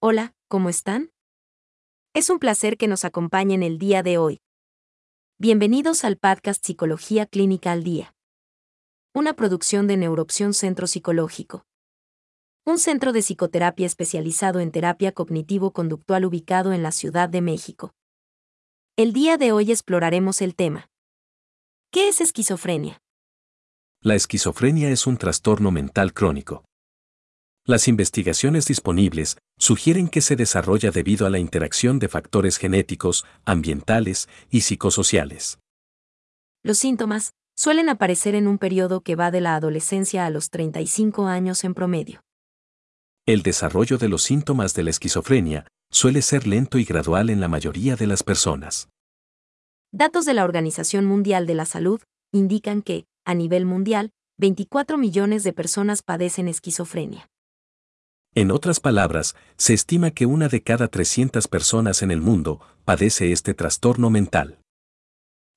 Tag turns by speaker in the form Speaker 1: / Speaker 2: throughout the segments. Speaker 1: Hola, ¿cómo están? Es un placer que nos acompañen el día de hoy. Bienvenidos al podcast Psicología Clínica al Día. Una producción de Neuroopción Centro Psicológico. Un centro de psicoterapia especializado en terapia cognitivo-conductual ubicado en la Ciudad de México. El día de hoy exploraremos el tema. ¿Qué es esquizofrenia?
Speaker 2: La esquizofrenia es un trastorno mental crónico. Las investigaciones disponibles sugieren que se desarrolla debido a la interacción de factores genéticos, ambientales y psicosociales.
Speaker 1: Los síntomas suelen aparecer en un periodo que va de la adolescencia a los 35 años en promedio.
Speaker 2: El desarrollo de los síntomas de la esquizofrenia suele ser lento y gradual en la mayoría de las personas.
Speaker 1: Datos de la Organización Mundial de la Salud indican que, a nivel mundial, 24 millones de personas padecen esquizofrenia.
Speaker 2: En otras palabras, se estima que una de cada 300 personas en el mundo padece este trastorno mental.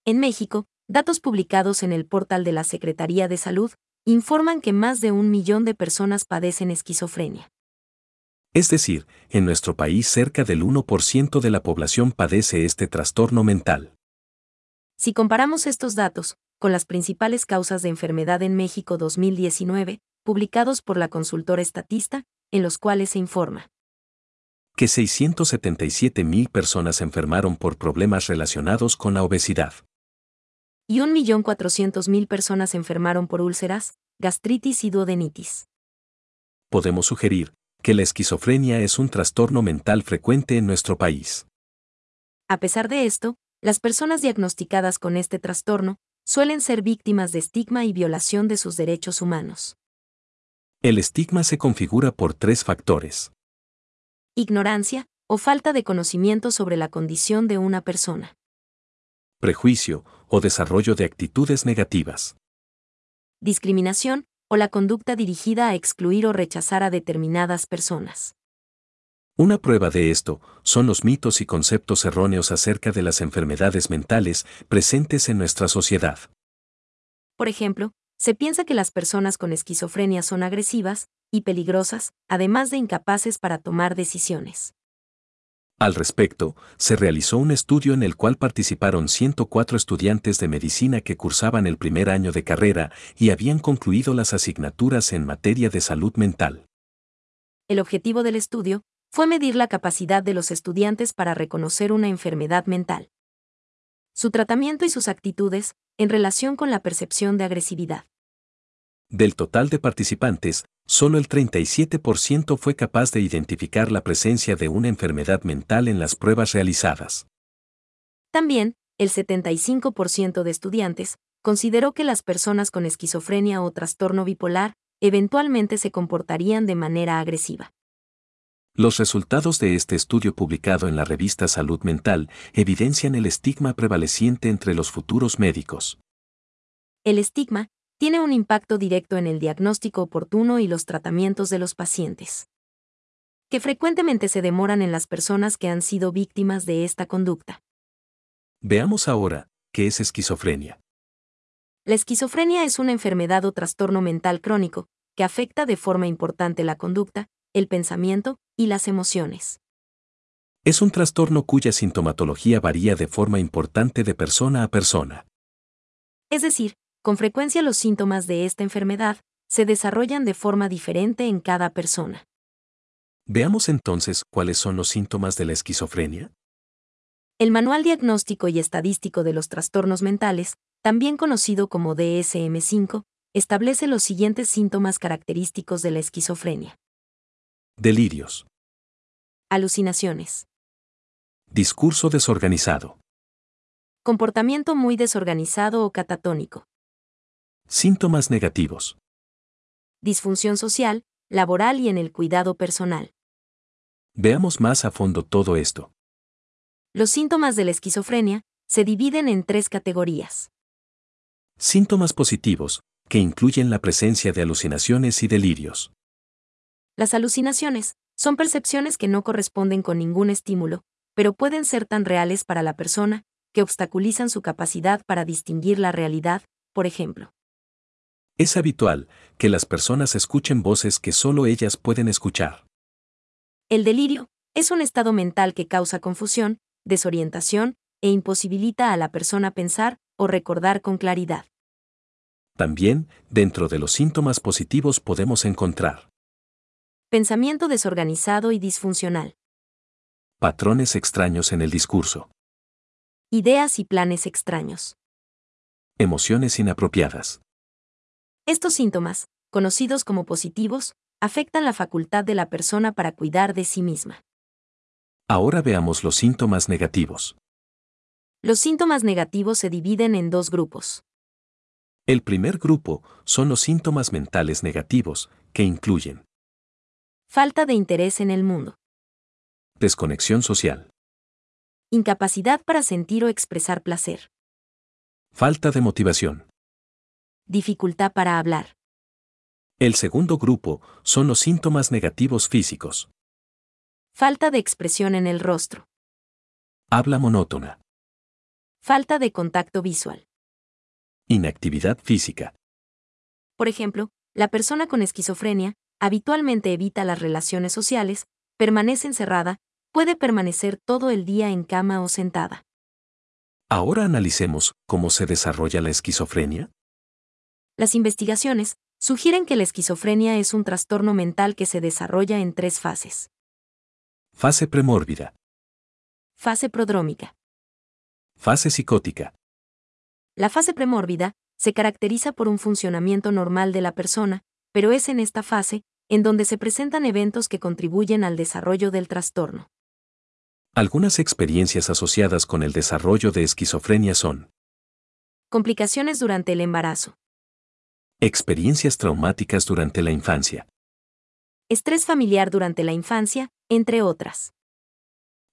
Speaker 1: En México, datos publicados en el portal de la Secretaría de Salud informan que más de un millón de personas padecen esquizofrenia.
Speaker 2: Es decir, en nuestro país cerca del 1% de la población padece este trastorno mental.
Speaker 1: Si comparamos estos datos con las principales causas de enfermedad en México 2019, publicados por la consultora estatista, en los cuales se informa
Speaker 2: Que 677.000 personas enfermaron por problemas relacionados con la obesidad.
Speaker 1: y 1.400.000 personas enfermaron por úlceras, gastritis y duodenitis.
Speaker 2: Podemos sugerir que la esquizofrenia es un trastorno mental frecuente en nuestro país.
Speaker 1: A pesar de esto, las personas diagnosticadas con este trastorno suelen ser víctimas de estigma y violación de sus derechos humanos.
Speaker 2: El estigma se configura por tres factores.
Speaker 1: ignorancia o falta de conocimiento sobre la condición de una persona.
Speaker 2: Prejuicio o desarrollo de actitudes negativas.
Speaker 1: discriminación o la conducta dirigida a excluir o rechazar a determinadas personas.
Speaker 2: Una prueba de esto son los mitos y conceptos erróneos acerca de las enfermedades mentales presentes en nuestra sociedad.
Speaker 1: Por ejemplo, se piensa que las personas con esquizofrenia son agresivas y peligrosas, además de incapaces para tomar decisiones.
Speaker 2: Al respecto, se realizó un estudio en el cual participaron 104 estudiantes de medicina que cursaban el primer año de carrera y habían concluido las asignaturas en materia de salud mental.
Speaker 1: El objetivo del estudio fue medir la capacidad de los estudiantes para reconocer una enfermedad mental. Su tratamiento y sus actitudes en relación con la percepción de agresividad.
Speaker 2: Del total de participantes, solo el 37% fue capaz de identificar la presencia de una enfermedad mental en las pruebas realizadas.
Speaker 1: También, el 75% de estudiantes consideró que las personas con esquizofrenia o trastorno bipolar eventualmente se comportarían de manera agresiva.
Speaker 2: Los resultados de este estudio publicado en la revista Salud Mental evidencian el estigma prevaleciente entre los futuros médicos.
Speaker 1: El estigma tiene un impacto directo en el diagnóstico oportuno y los tratamientos de los pacientes, que frecuentemente se demoran en las personas que han sido víctimas de esta conducta.
Speaker 2: Veamos ahora, ¿qué es esquizofrenia?
Speaker 1: La esquizofrenia es una enfermedad o trastorno mental crónico que afecta de forma importante la conducta, el pensamiento y las emociones.
Speaker 2: Es un trastorno cuya sintomatología varía de forma importante de persona a persona.
Speaker 1: Es decir, con frecuencia los síntomas de esta enfermedad se desarrollan de forma diferente en cada persona.
Speaker 2: Veamos entonces cuáles son los síntomas de la esquizofrenia.
Speaker 1: El Manual Diagnóstico y Estadístico de los Trastornos Mentales, también conocido como DSM5, establece los siguientes síntomas característicos de la esquizofrenia.
Speaker 2: Delirios.
Speaker 1: Alucinaciones.
Speaker 2: Discurso desorganizado.
Speaker 1: Comportamiento muy desorganizado o catatónico.
Speaker 2: Síntomas negativos.
Speaker 1: Disfunción social, laboral y en el cuidado personal.
Speaker 2: Veamos más a fondo todo esto.
Speaker 1: Los síntomas de la esquizofrenia se dividen en tres categorías.
Speaker 2: Síntomas positivos, que incluyen la presencia de alucinaciones y delirios.
Speaker 1: Las alucinaciones son percepciones que no corresponden con ningún estímulo, pero pueden ser tan reales para la persona que obstaculizan su capacidad para distinguir la realidad, por ejemplo.
Speaker 2: Es habitual que las personas escuchen voces que solo ellas pueden escuchar.
Speaker 1: El delirio es un estado mental que causa confusión, desorientación e imposibilita a la persona pensar o recordar con claridad.
Speaker 2: También, dentro de los síntomas positivos podemos encontrar
Speaker 1: Pensamiento desorganizado y disfuncional.
Speaker 2: patrones extraños en el discurso,
Speaker 1: Ideas y planes extraños.
Speaker 2: emociones inapropiadas,
Speaker 1: Estos síntomas, conocidos como positivos, afectan la facultad de la persona para cuidar de sí misma.
Speaker 2: Ahora veamos los síntomas negativos.
Speaker 1: Los síntomas negativos se dividen en dos grupos.
Speaker 2: El primer grupo son los síntomas mentales negativos, que incluyen
Speaker 1: Falta de interés en el mundo.
Speaker 2: desconexión social,
Speaker 1: Incapacidad para sentir o expresar placer.
Speaker 2: falta de motivación.
Speaker 1: Dificultad para hablar.
Speaker 2: El segundo grupo son los síntomas negativos físicos,
Speaker 1: Falta de expresión en el rostro.
Speaker 2: habla monótona,
Speaker 1: Falta de contacto visual.
Speaker 2: inactividad física,
Speaker 1: Por ejemplo, la persona con esquizofrenia habitualmente evita las relaciones sociales, permanece encerrada, puede permanecer todo el día en cama o sentada.
Speaker 2: Ahora analicemos cómo se desarrolla la esquizofrenia.
Speaker 1: Las investigaciones sugieren que la esquizofrenia es un trastorno mental que se desarrolla en tres fases.
Speaker 2: Fase premórbida,
Speaker 1: Fase prodrómica.
Speaker 2: fase psicótica,
Speaker 1: La fase premórbida se caracteriza por un funcionamiento normal de la persona, pero es en esta fase en donde se presentan eventos que contribuyen al desarrollo del trastorno.
Speaker 2: algunas experiencias asociadas con el desarrollo de esquizofrenia son
Speaker 1: Complicaciones durante el embarazo.
Speaker 2: experiencias traumáticas durante la infancia.
Speaker 1: estrés familiar durante la infancia, entre otras.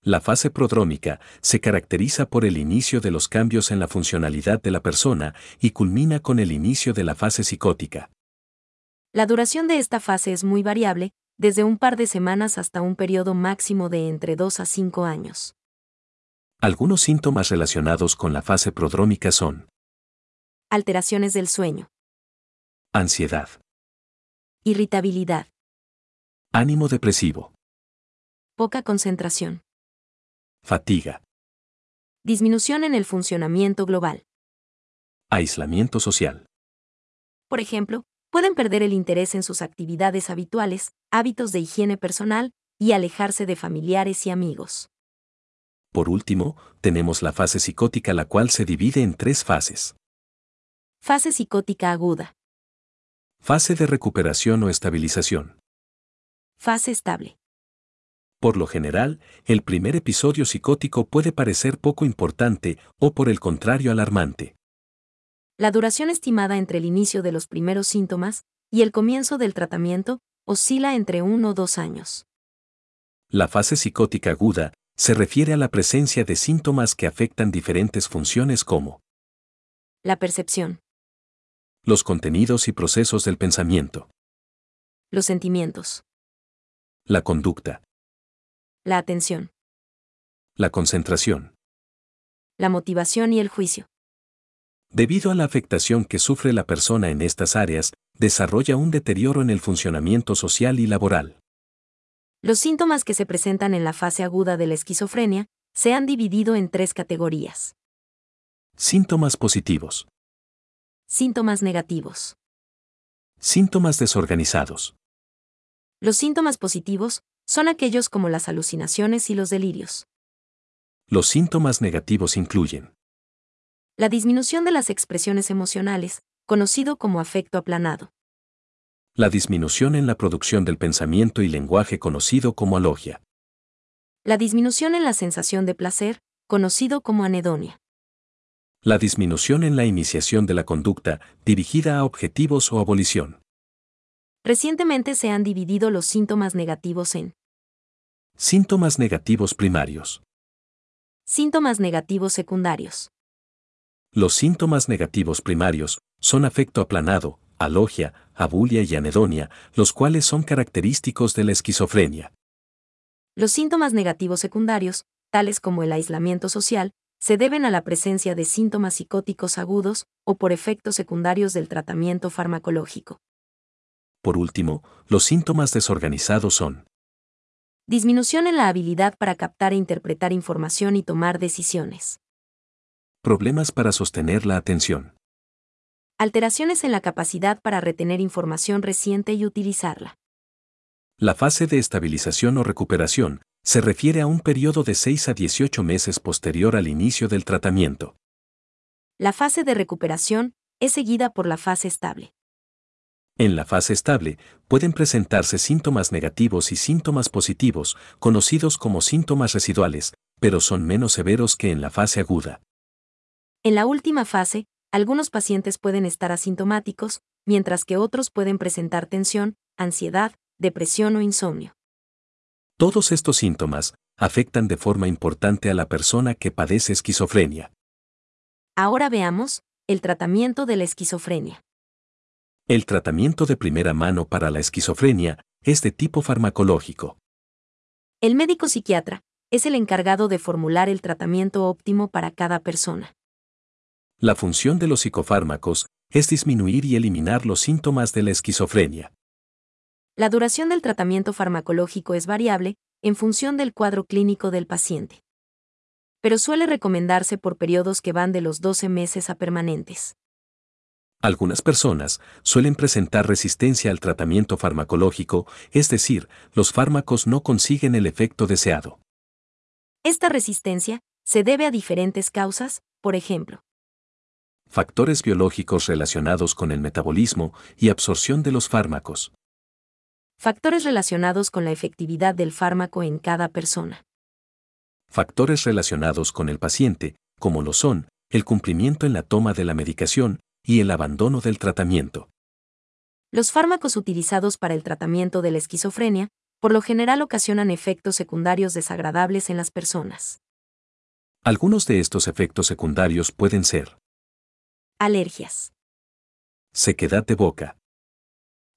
Speaker 2: La fase prodrómica se caracteriza por el inicio de los cambios en la funcionalidad de la persona y culmina con el inicio de la fase psicótica.
Speaker 1: La duración de esta fase es muy variable, desde un par de semanas hasta un periodo máximo de entre 2 a 5 años.
Speaker 2: Algunos síntomas relacionados con la fase prodrómica son
Speaker 1: Alteraciones del sueño,
Speaker 2: ansiedad,
Speaker 1: irritabilidad,
Speaker 2: ánimo depresivo,
Speaker 1: poca concentración,
Speaker 2: fatiga,
Speaker 1: disminución en el funcionamiento global.
Speaker 2: aislamiento social,
Speaker 1: Por ejemplo, pueden perder el interés en sus actividades habituales, hábitos de higiene personal y alejarse de familiares y amigos.
Speaker 2: Por último, tenemos la fase psicótica la cual se divide en tres fases.
Speaker 1: Fase psicótica aguda,
Speaker 2: Fase de recuperación o estabilización.
Speaker 1: fase estable.
Speaker 2: Por lo general, el primer episodio psicótico puede parecer poco importante o por el contrario alarmante.
Speaker 1: La duración estimada entre el inicio de los primeros síntomas y el comienzo del tratamiento oscila entre uno o dos años.
Speaker 2: La fase psicótica aguda se refiere a la presencia de síntomas que afectan diferentes funciones como
Speaker 1: La percepción,
Speaker 2: los contenidos y procesos del pensamiento,
Speaker 1: los sentimientos,
Speaker 2: la conducta,
Speaker 1: la atención,
Speaker 2: la concentración,
Speaker 1: la motivación y el juicio.
Speaker 2: Debido a la afectación que sufre la persona en estas áreas, desarrolla un deterioro en el funcionamiento social y laboral.
Speaker 1: Los síntomas que se presentan en la fase aguda de la esquizofrenia se han dividido en tres categorías.
Speaker 2: Síntomas positivos.
Speaker 1: Síntomas negativos.
Speaker 2: Síntomas desorganizados.
Speaker 1: Los síntomas positivos son aquellos como las alucinaciones y los delirios.
Speaker 2: Los síntomas negativos incluyen
Speaker 1: La disminución de las expresiones emocionales, conocido como afecto aplanado.
Speaker 2: la disminución en la producción del pensamiento y lenguaje conocido como alogia,
Speaker 1: La disminución en la sensación de placer, conocido como anedonia.
Speaker 2: la disminución en la iniciación de la conducta dirigida a objetivos o abolición,
Speaker 1: Recientemente se han dividido los síntomas negativos en
Speaker 2: síntomas negativos primarios.
Speaker 1: síntomas negativos secundarios,
Speaker 2: Los síntomas negativos primarios son afecto aplanado, alogia, abulia y anedonia, los cuales son característicos de la esquizofrenia.
Speaker 1: los síntomas negativos secundarios, tales como el aislamiento social, se deben a la presencia de síntomas psicóticos agudos o por efectos secundarios del tratamiento farmacológico.
Speaker 2: Por último, los síntomas desorganizados son
Speaker 1: Disminución en la habilidad para captar e interpretar información y tomar decisiones.
Speaker 2: Problemas para sostener la atención.
Speaker 1: Alteraciones en la capacidad para retener información reciente y utilizarla.
Speaker 2: La fase de estabilización o recuperación se refiere a un periodo de 6 a 18 meses posterior al inicio del tratamiento.
Speaker 1: La fase de recuperación es seguida por la fase estable.
Speaker 2: En la fase estable pueden presentarse síntomas negativos y síntomas positivos, conocidos como síntomas residuales, pero son menos severos que en la fase aguda.
Speaker 1: En la última fase, algunos pacientes pueden estar asintomáticos, mientras que otros pueden presentar tensión, ansiedad, depresión o insomnio.
Speaker 2: Todos estos síntomas afectan de forma importante a la persona que padece esquizofrenia.
Speaker 1: Ahora veamos el tratamiento de la esquizofrenia.
Speaker 2: El tratamiento de primera mano para la esquizofrenia es de tipo farmacológico.
Speaker 1: El médico psiquiatra es el encargado de formular el tratamiento óptimo para cada persona.
Speaker 2: La función de los psicofármacos es disminuir y eliminar los síntomas de la esquizofrenia.
Speaker 1: La duración del tratamiento farmacológico es variable en función del cuadro clínico del paciente, pero suele recomendarse por periodos que van de los 12 meses a permanentes.
Speaker 2: Algunas personas suelen presentar resistencia al tratamiento farmacológico, es decir, los fármacos no consiguen el efecto deseado.
Speaker 1: Esta resistencia se debe a diferentes causas, por ejemplo,
Speaker 2: factores biológicos relacionados con el metabolismo y absorción de los fármacos,
Speaker 1: factores relacionados con la efectividad del fármaco en cada persona,
Speaker 2: factores relacionados con el paciente, como lo son el cumplimiento en la toma de la medicación, y el abandono del tratamiento.
Speaker 1: Los fármacos utilizados para el tratamiento de la esquizofrenia por lo general ocasionan efectos secundarios desagradables en las personas.
Speaker 2: Algunos de estos efectos secundarios pueden ser
Speaker 1: Alergias,
Speaker 2: sequedad de boca,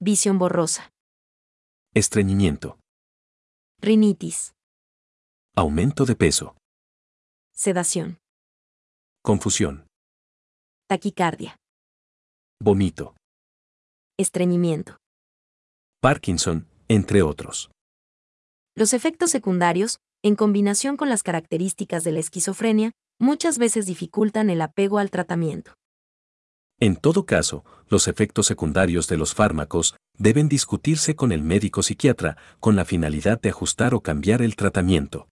Speaker 1: visión borrosa,
Speaker 2: estreñimiento,
Speaker 1: rinitis,
Speaker 2: aumento de peso,
Speaker 1: sedación,
Speaker 2: confusión,
Speaker 1: taquicardia,
Speaker 2: vómito,
Speaker 1: estreñimiento.
Speaker 2: Parkinson, entre otros.
Speaker 1: Los efectos secundarios, en combinación con las características de la esquizofrenia, muchas veces dificultan el apego al tratamiento.
Speaker 2: En todo caso, los efectos secundarios de los fármacos deben discutirse con el médico psiquiatra con la finalidad de ajustar o cambiar el tratamiento.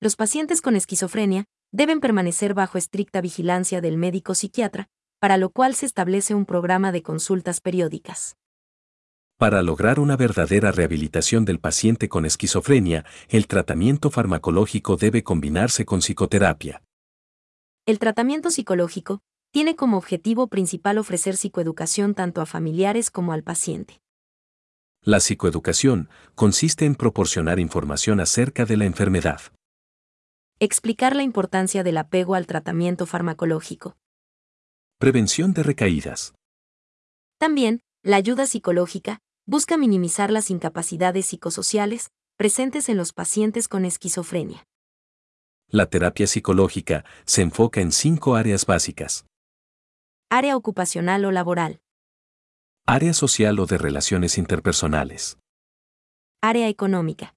Speaker 1: Los pacientes con esquizofrenia deben permanecer bajo estricta vigilancia del médico psiquiatra, para lo cual se establece un programa de consultas periódicas.
Speaker 2: Para lograr una verdadera rehabilitación del paciente con esquizofrenia, el tratamiento farmacológico debe combinarse con psicoterapia.
Speaker 1: El tratamiento psicológico tiene como objetivo principal ofrecer psicoeducación tanto a familiares como al paciente.
Speaker 2: La psicoeducación consiste en proporcionar información acerca de la enfermedad.
Speaker 1: Explicar la importancia del apego al tratamiento farmacológico.
Speaker 2: Prevención de recaídas.
Speaker 1: También, la ayuda psicológica busca minimizar las incapacidades psicosociales presentes en los pacientes con esquizofrenia.
Speaker 2: La terapia psicológica se enfoca en cinco áreas básicas.
Speaker 1: Área ocupacional o laboral.
Speaker 2: Área social o de relaciones interpersonales.
Speaker 1: Área económica.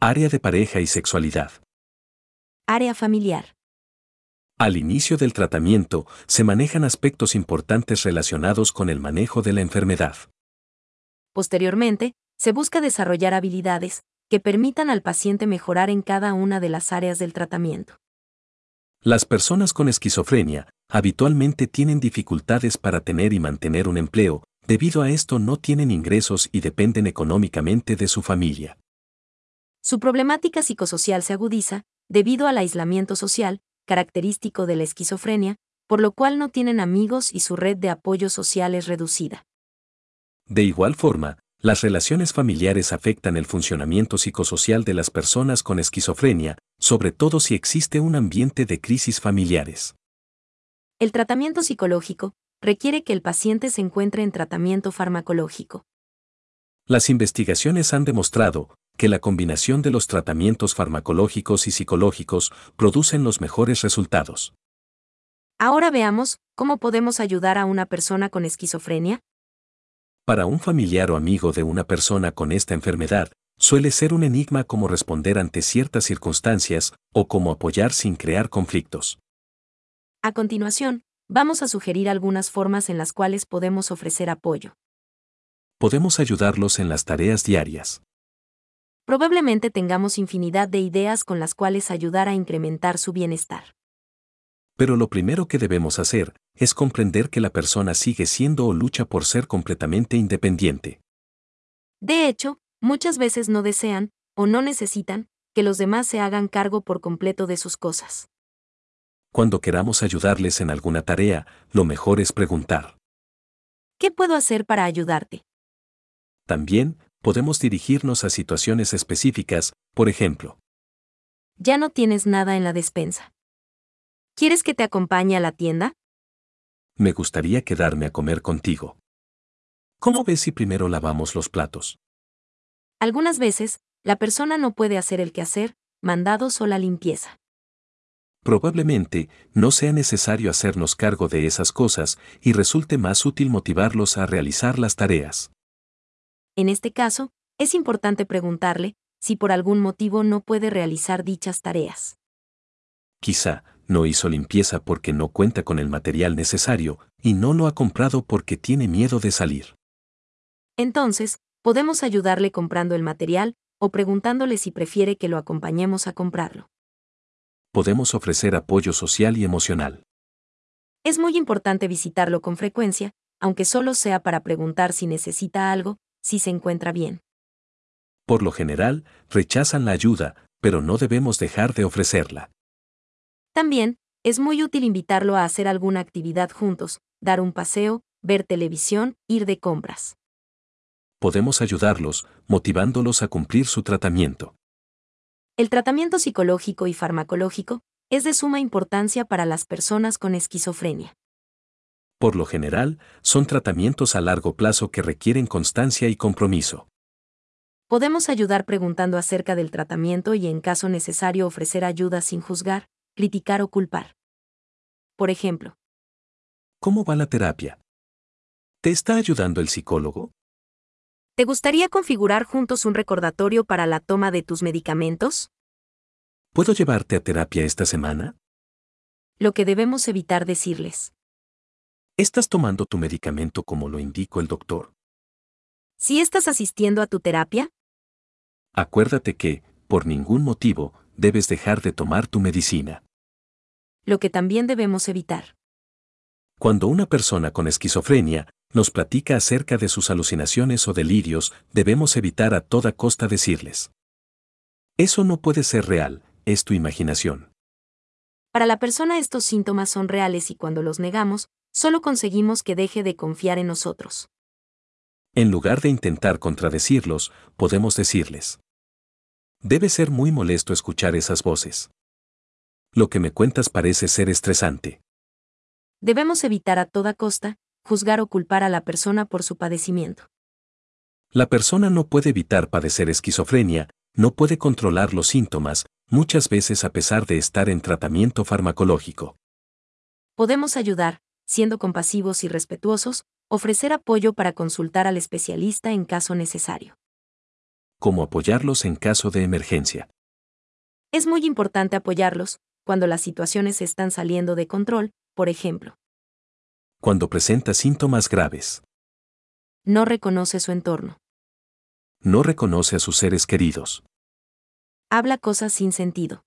Speaker 2: Área de pareja y sexualidad.
Speaker 1: Área familiar.
Speaker 2: Al inicio del tratamiento se manejan aspectos importantes relacionados con el manejo de la enfermedad.
Speaker 1: Posteriormente, se busca desarrollar habilidades que permitan al paciente mejorar en cada una de las áreas del tratamiento.
Speaker 2: Las personas con esquizofrenia habitualmente tienen dificultades para tener y mantener un empleo, debido a esto no tienen ingresos y dependen económicamente de su familia.
Speaker 1: Su problemática psicosocial se agudiza debido al aislamiento social, característico de la esquizofrenia, por lo cual no tienen amigos y su red de apoyo social es reducida.
Speaker 2: De igual forma, las relaciones familiares afectan el funcionamiento psicosocial de las personas con esquizofrenia, sobre todo si existe un ambiente de crisis familiares.
Speaker 1: El tratamiento psicológico requiere que el paciente se encuentre en tratamiento farmacológico.
Speaker 2: Las investigaciones han demostrado que la combinación de los tratamientos farmacológicos y psicológicos producen los mejores resultados.
Speaker 1: Ahora veamos cómo podemos ayudar a una persona con esquizofrenia.
Speaker 2: Para un familiar o amigo de una persona con esta enfermedad, suele ser un enigma como responder ante ciertas circunstancias o cómo apoyar sin crear conflictos.
Speaker 1: A continuación, vamos a sugerir algunas formas en las cuales podemos ofrecer apoyo.
Speaker 2: Podemos ayudarlos en las tareas diarias.
Speaker 1: Probablemente tengamos infinidad de ideas con las cuales ayudar a incrementar su bienestar.
Speaker 2: Pero lo primero que debemos hacer es comprender que la persona sigue siendo o lucha por ser completamente independiente.
Speaker 1: De hecho, muchas veces no desean, o no necesitan, que los demás se hagan cargo por completo de sus cosas.
Speaker 2: Cuando queramos ayudarles en alguna tarea, lo mejor es preguntar.
Speaker 1: ¿Qué puedo hacer para ayudarte?
Speaker 2: También, podemos dirigirnos a situaciones específicas, por ejemplo,
Speaker 1: Ya no tienes nada en la despensa. ¿Quieres que te acompañe a la tienda?
Speaker 2: me gustaría quedarme a comer contigo. ¿Cómo ves si primero lavamos los platos?
Speaker 1: Algunas veces, la persona no puede hacer el quehacer, mandados o la limpieza.
Speaker 2: Probablemente no sea necesario hacernos cargo de esas cosas y resulte más útil motivarlos a realizar las tareas.
Speaker 1: En este caso, es importante preguntarle si por algún motivo no puede realizar dichas tareas.
Speaker 2: Quizá no hizo limpieza porque no cuenta con el material necesario y no lo ha comprado porque tiene miedo de salir.
Speaker 1: Entonces, podemos ayudarle comprando el material o preguntándole si prefiere que lo acompañemos a comprarlo.
Speaker 2: Podemos ofrecer apoyo social y emocional.
Speaker 1: Es muy importante visitarlo con frecuencia, aunque solo sea para preguntar si necesita algo, si se encuentra bien.
Speaker 2: Por lo general, rechazan la ayuda, pero no debemos dejar de ofrecerla.
Speaker 1: También, es muy útil invitarlo a hacer alguna actividad juntos, dar un paseo, ver televisión, ir de compras.
Speaker 2: Podemos ayudarlos, motivándolos a cumplir su tratamiento.
Speaker 1: El tratamiento psicológico y farmacológico es de suma importancia para las personas con esquizofrenia.
Speaker 2: Por lo general, son tratamientos a largo plazo que requieren constancia y compromiso.
Speaker 1: Podemos ayudar preguntando acerca del tratamiento y en caso necesario ofrecer ayuda sin juzgar, criticar o culpar. Por ejemplo,
Speaker 2: ¿Cómo va la terapia? ¿Te está ayudando el psicólogo?
Speaker 1: ¿te gustaría configurar juntos un recordatorio para la toma de tus medicamentos?
Speaker 2: ¿Puedo llevarte a terapia esta semana?
Speaker 1: Lo que debemos evitar decirles.
Speaker 2: ¿Estás tomando tu medicamento como lo indicó el doctor?
Speaker 1: Si estás asistiendo a tu terapia,
Speaker 2: Acuérdate que, por ningún motivo, debes dejar de tomar tu medicina.
Speaker 1: lo que también debemos evitar.
Speaker 2: Cuando una persona con esquizofrenia nos platica acerca de sus alucinaciones o delirios, debemos evitar a toda costa decirles. Eso no puede ser real, es tu imaginación.
Speaker 1: Para la persona estos síntomas son reales y cuando los negamos, solo conseguimos que deje de confiar en nosotros.
Speaker 2: En lugar de intentar contradecirlos, podemos decirles. Debe ser muy molesto escuchar esas voces. Lo que me cuentas parece ser estresante.
Speaker 1: Debemos evitar a toda costa juzgar o culpar a la persona por su padecimiento.
Speaker 2: La persona no puede evitar padecer esquizofrenia, no puede controlar los síntomas, muchas veces a pesar de estar en tratamiento farmacológico.
Speaker 1: Podemos ayudar, siendo compasivos y respetuosos, ofrecer apoyo para consultar al especialista en caso necesario.
Speaker 2: Cómo apoyarlos en caso de emergencia.
Speaker 1: Es muy importante apoyarlos cuando las situaciones están saliendo de control, por ejemplo,
Speaker 2: Cuando presenta síntomas graves.
Speaker 1: no reconoce su entorno,
Speaker 2: No reconoce a sus seres queridos.
Speaker 1: habla cosas sin sentido,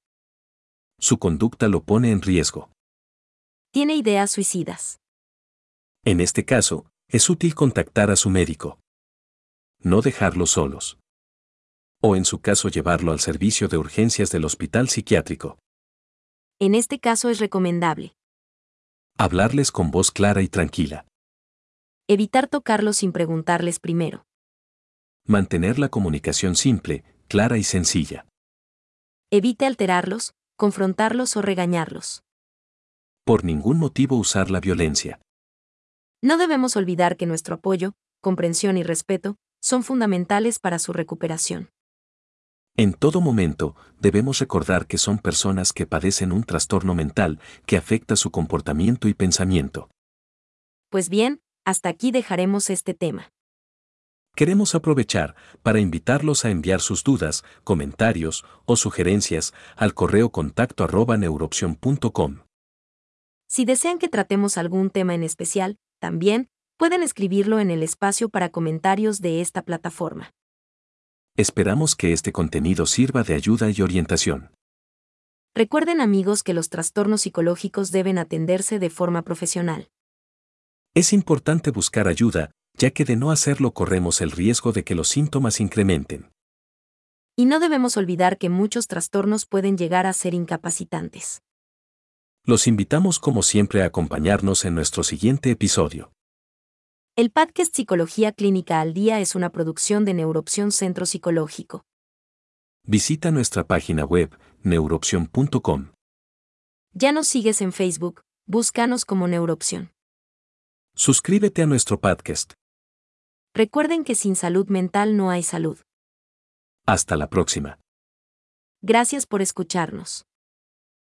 Speaker 2: Su conducta lo pone en riesgo.
Speaker 1: tiene ideas suicidas.
Speaker 2: En este caso, es útil contactar a su médico. No dejarlos solos. O en su caso llevarlo al servicio de urgencias del hospital psiquiátrico.
Speaker 1: En este caso es recomendable
Speaker 2: Hablarles con voz clara y tranquila.
Speaker 1: evitar tocarlos sin preguntarles primero,
Speaker 2: Mantener la comunicación simple, clara y sencilla.
Speaker 1: evite alterarlos, confrontarlos o regañarlos.
Speaker 2: Por ningún motivo usar la violencia.
Speaker 1: No debemos olvidar que nuestro apoyo, comprensión y respeto son fundamentales para su recuperación.
Speaker 2: En todo momento, debemos recordar que son personas que padecen un trastorno mental que afecta su comportamiento y pensamiento.
Speaker 1: Pues bien, hasta aquí dejaremos este tema.
Speaker 2: Queremos aprovechar para invitarlos a enviar sus dudas, comentarios o sugerencias al correo contacto arroba neuroopción.com.
Speaker 1: Si desean que tratemos algún tema en especial, también pueden escribirlo en el espacio para comentarios de esta plataforma.
Speaker 2: Esperamos que este contenido sirva de ayuda y orientación.
Speaker 1: Recuerden amigos que los trastornos psicológicos deben atenderse de forma profesional.
Speaker 2: Es importante buscar ayuda, ya que de no hacerlo corremos el riesgo de que los síntomas incrementen.
Speaker 1: Y no debemos olvidar que muchos trastornos pueden llegar a ser incapacitantes.
Speaker 2: Los invitamos como siempre a acompañarnos en nuestro siguiente episodio.
Speaker 1: El podcast Psicología Clínica al Día es una producción de Neuroopción Centro Psicológico.
Speaker 2: Visita nuestra página web, neuroopción.com.
Speaker 1: Ya nos sigues en Facebook, búscanos como Neuroopción.
Speaker 2: Suscríbete a nuestro podcast.
Speaker 1: Recuerden que sin salud mental no hay salud.
Speaker 2: Hasta la próxima.
Speaker 1: Gracias por escucharnos.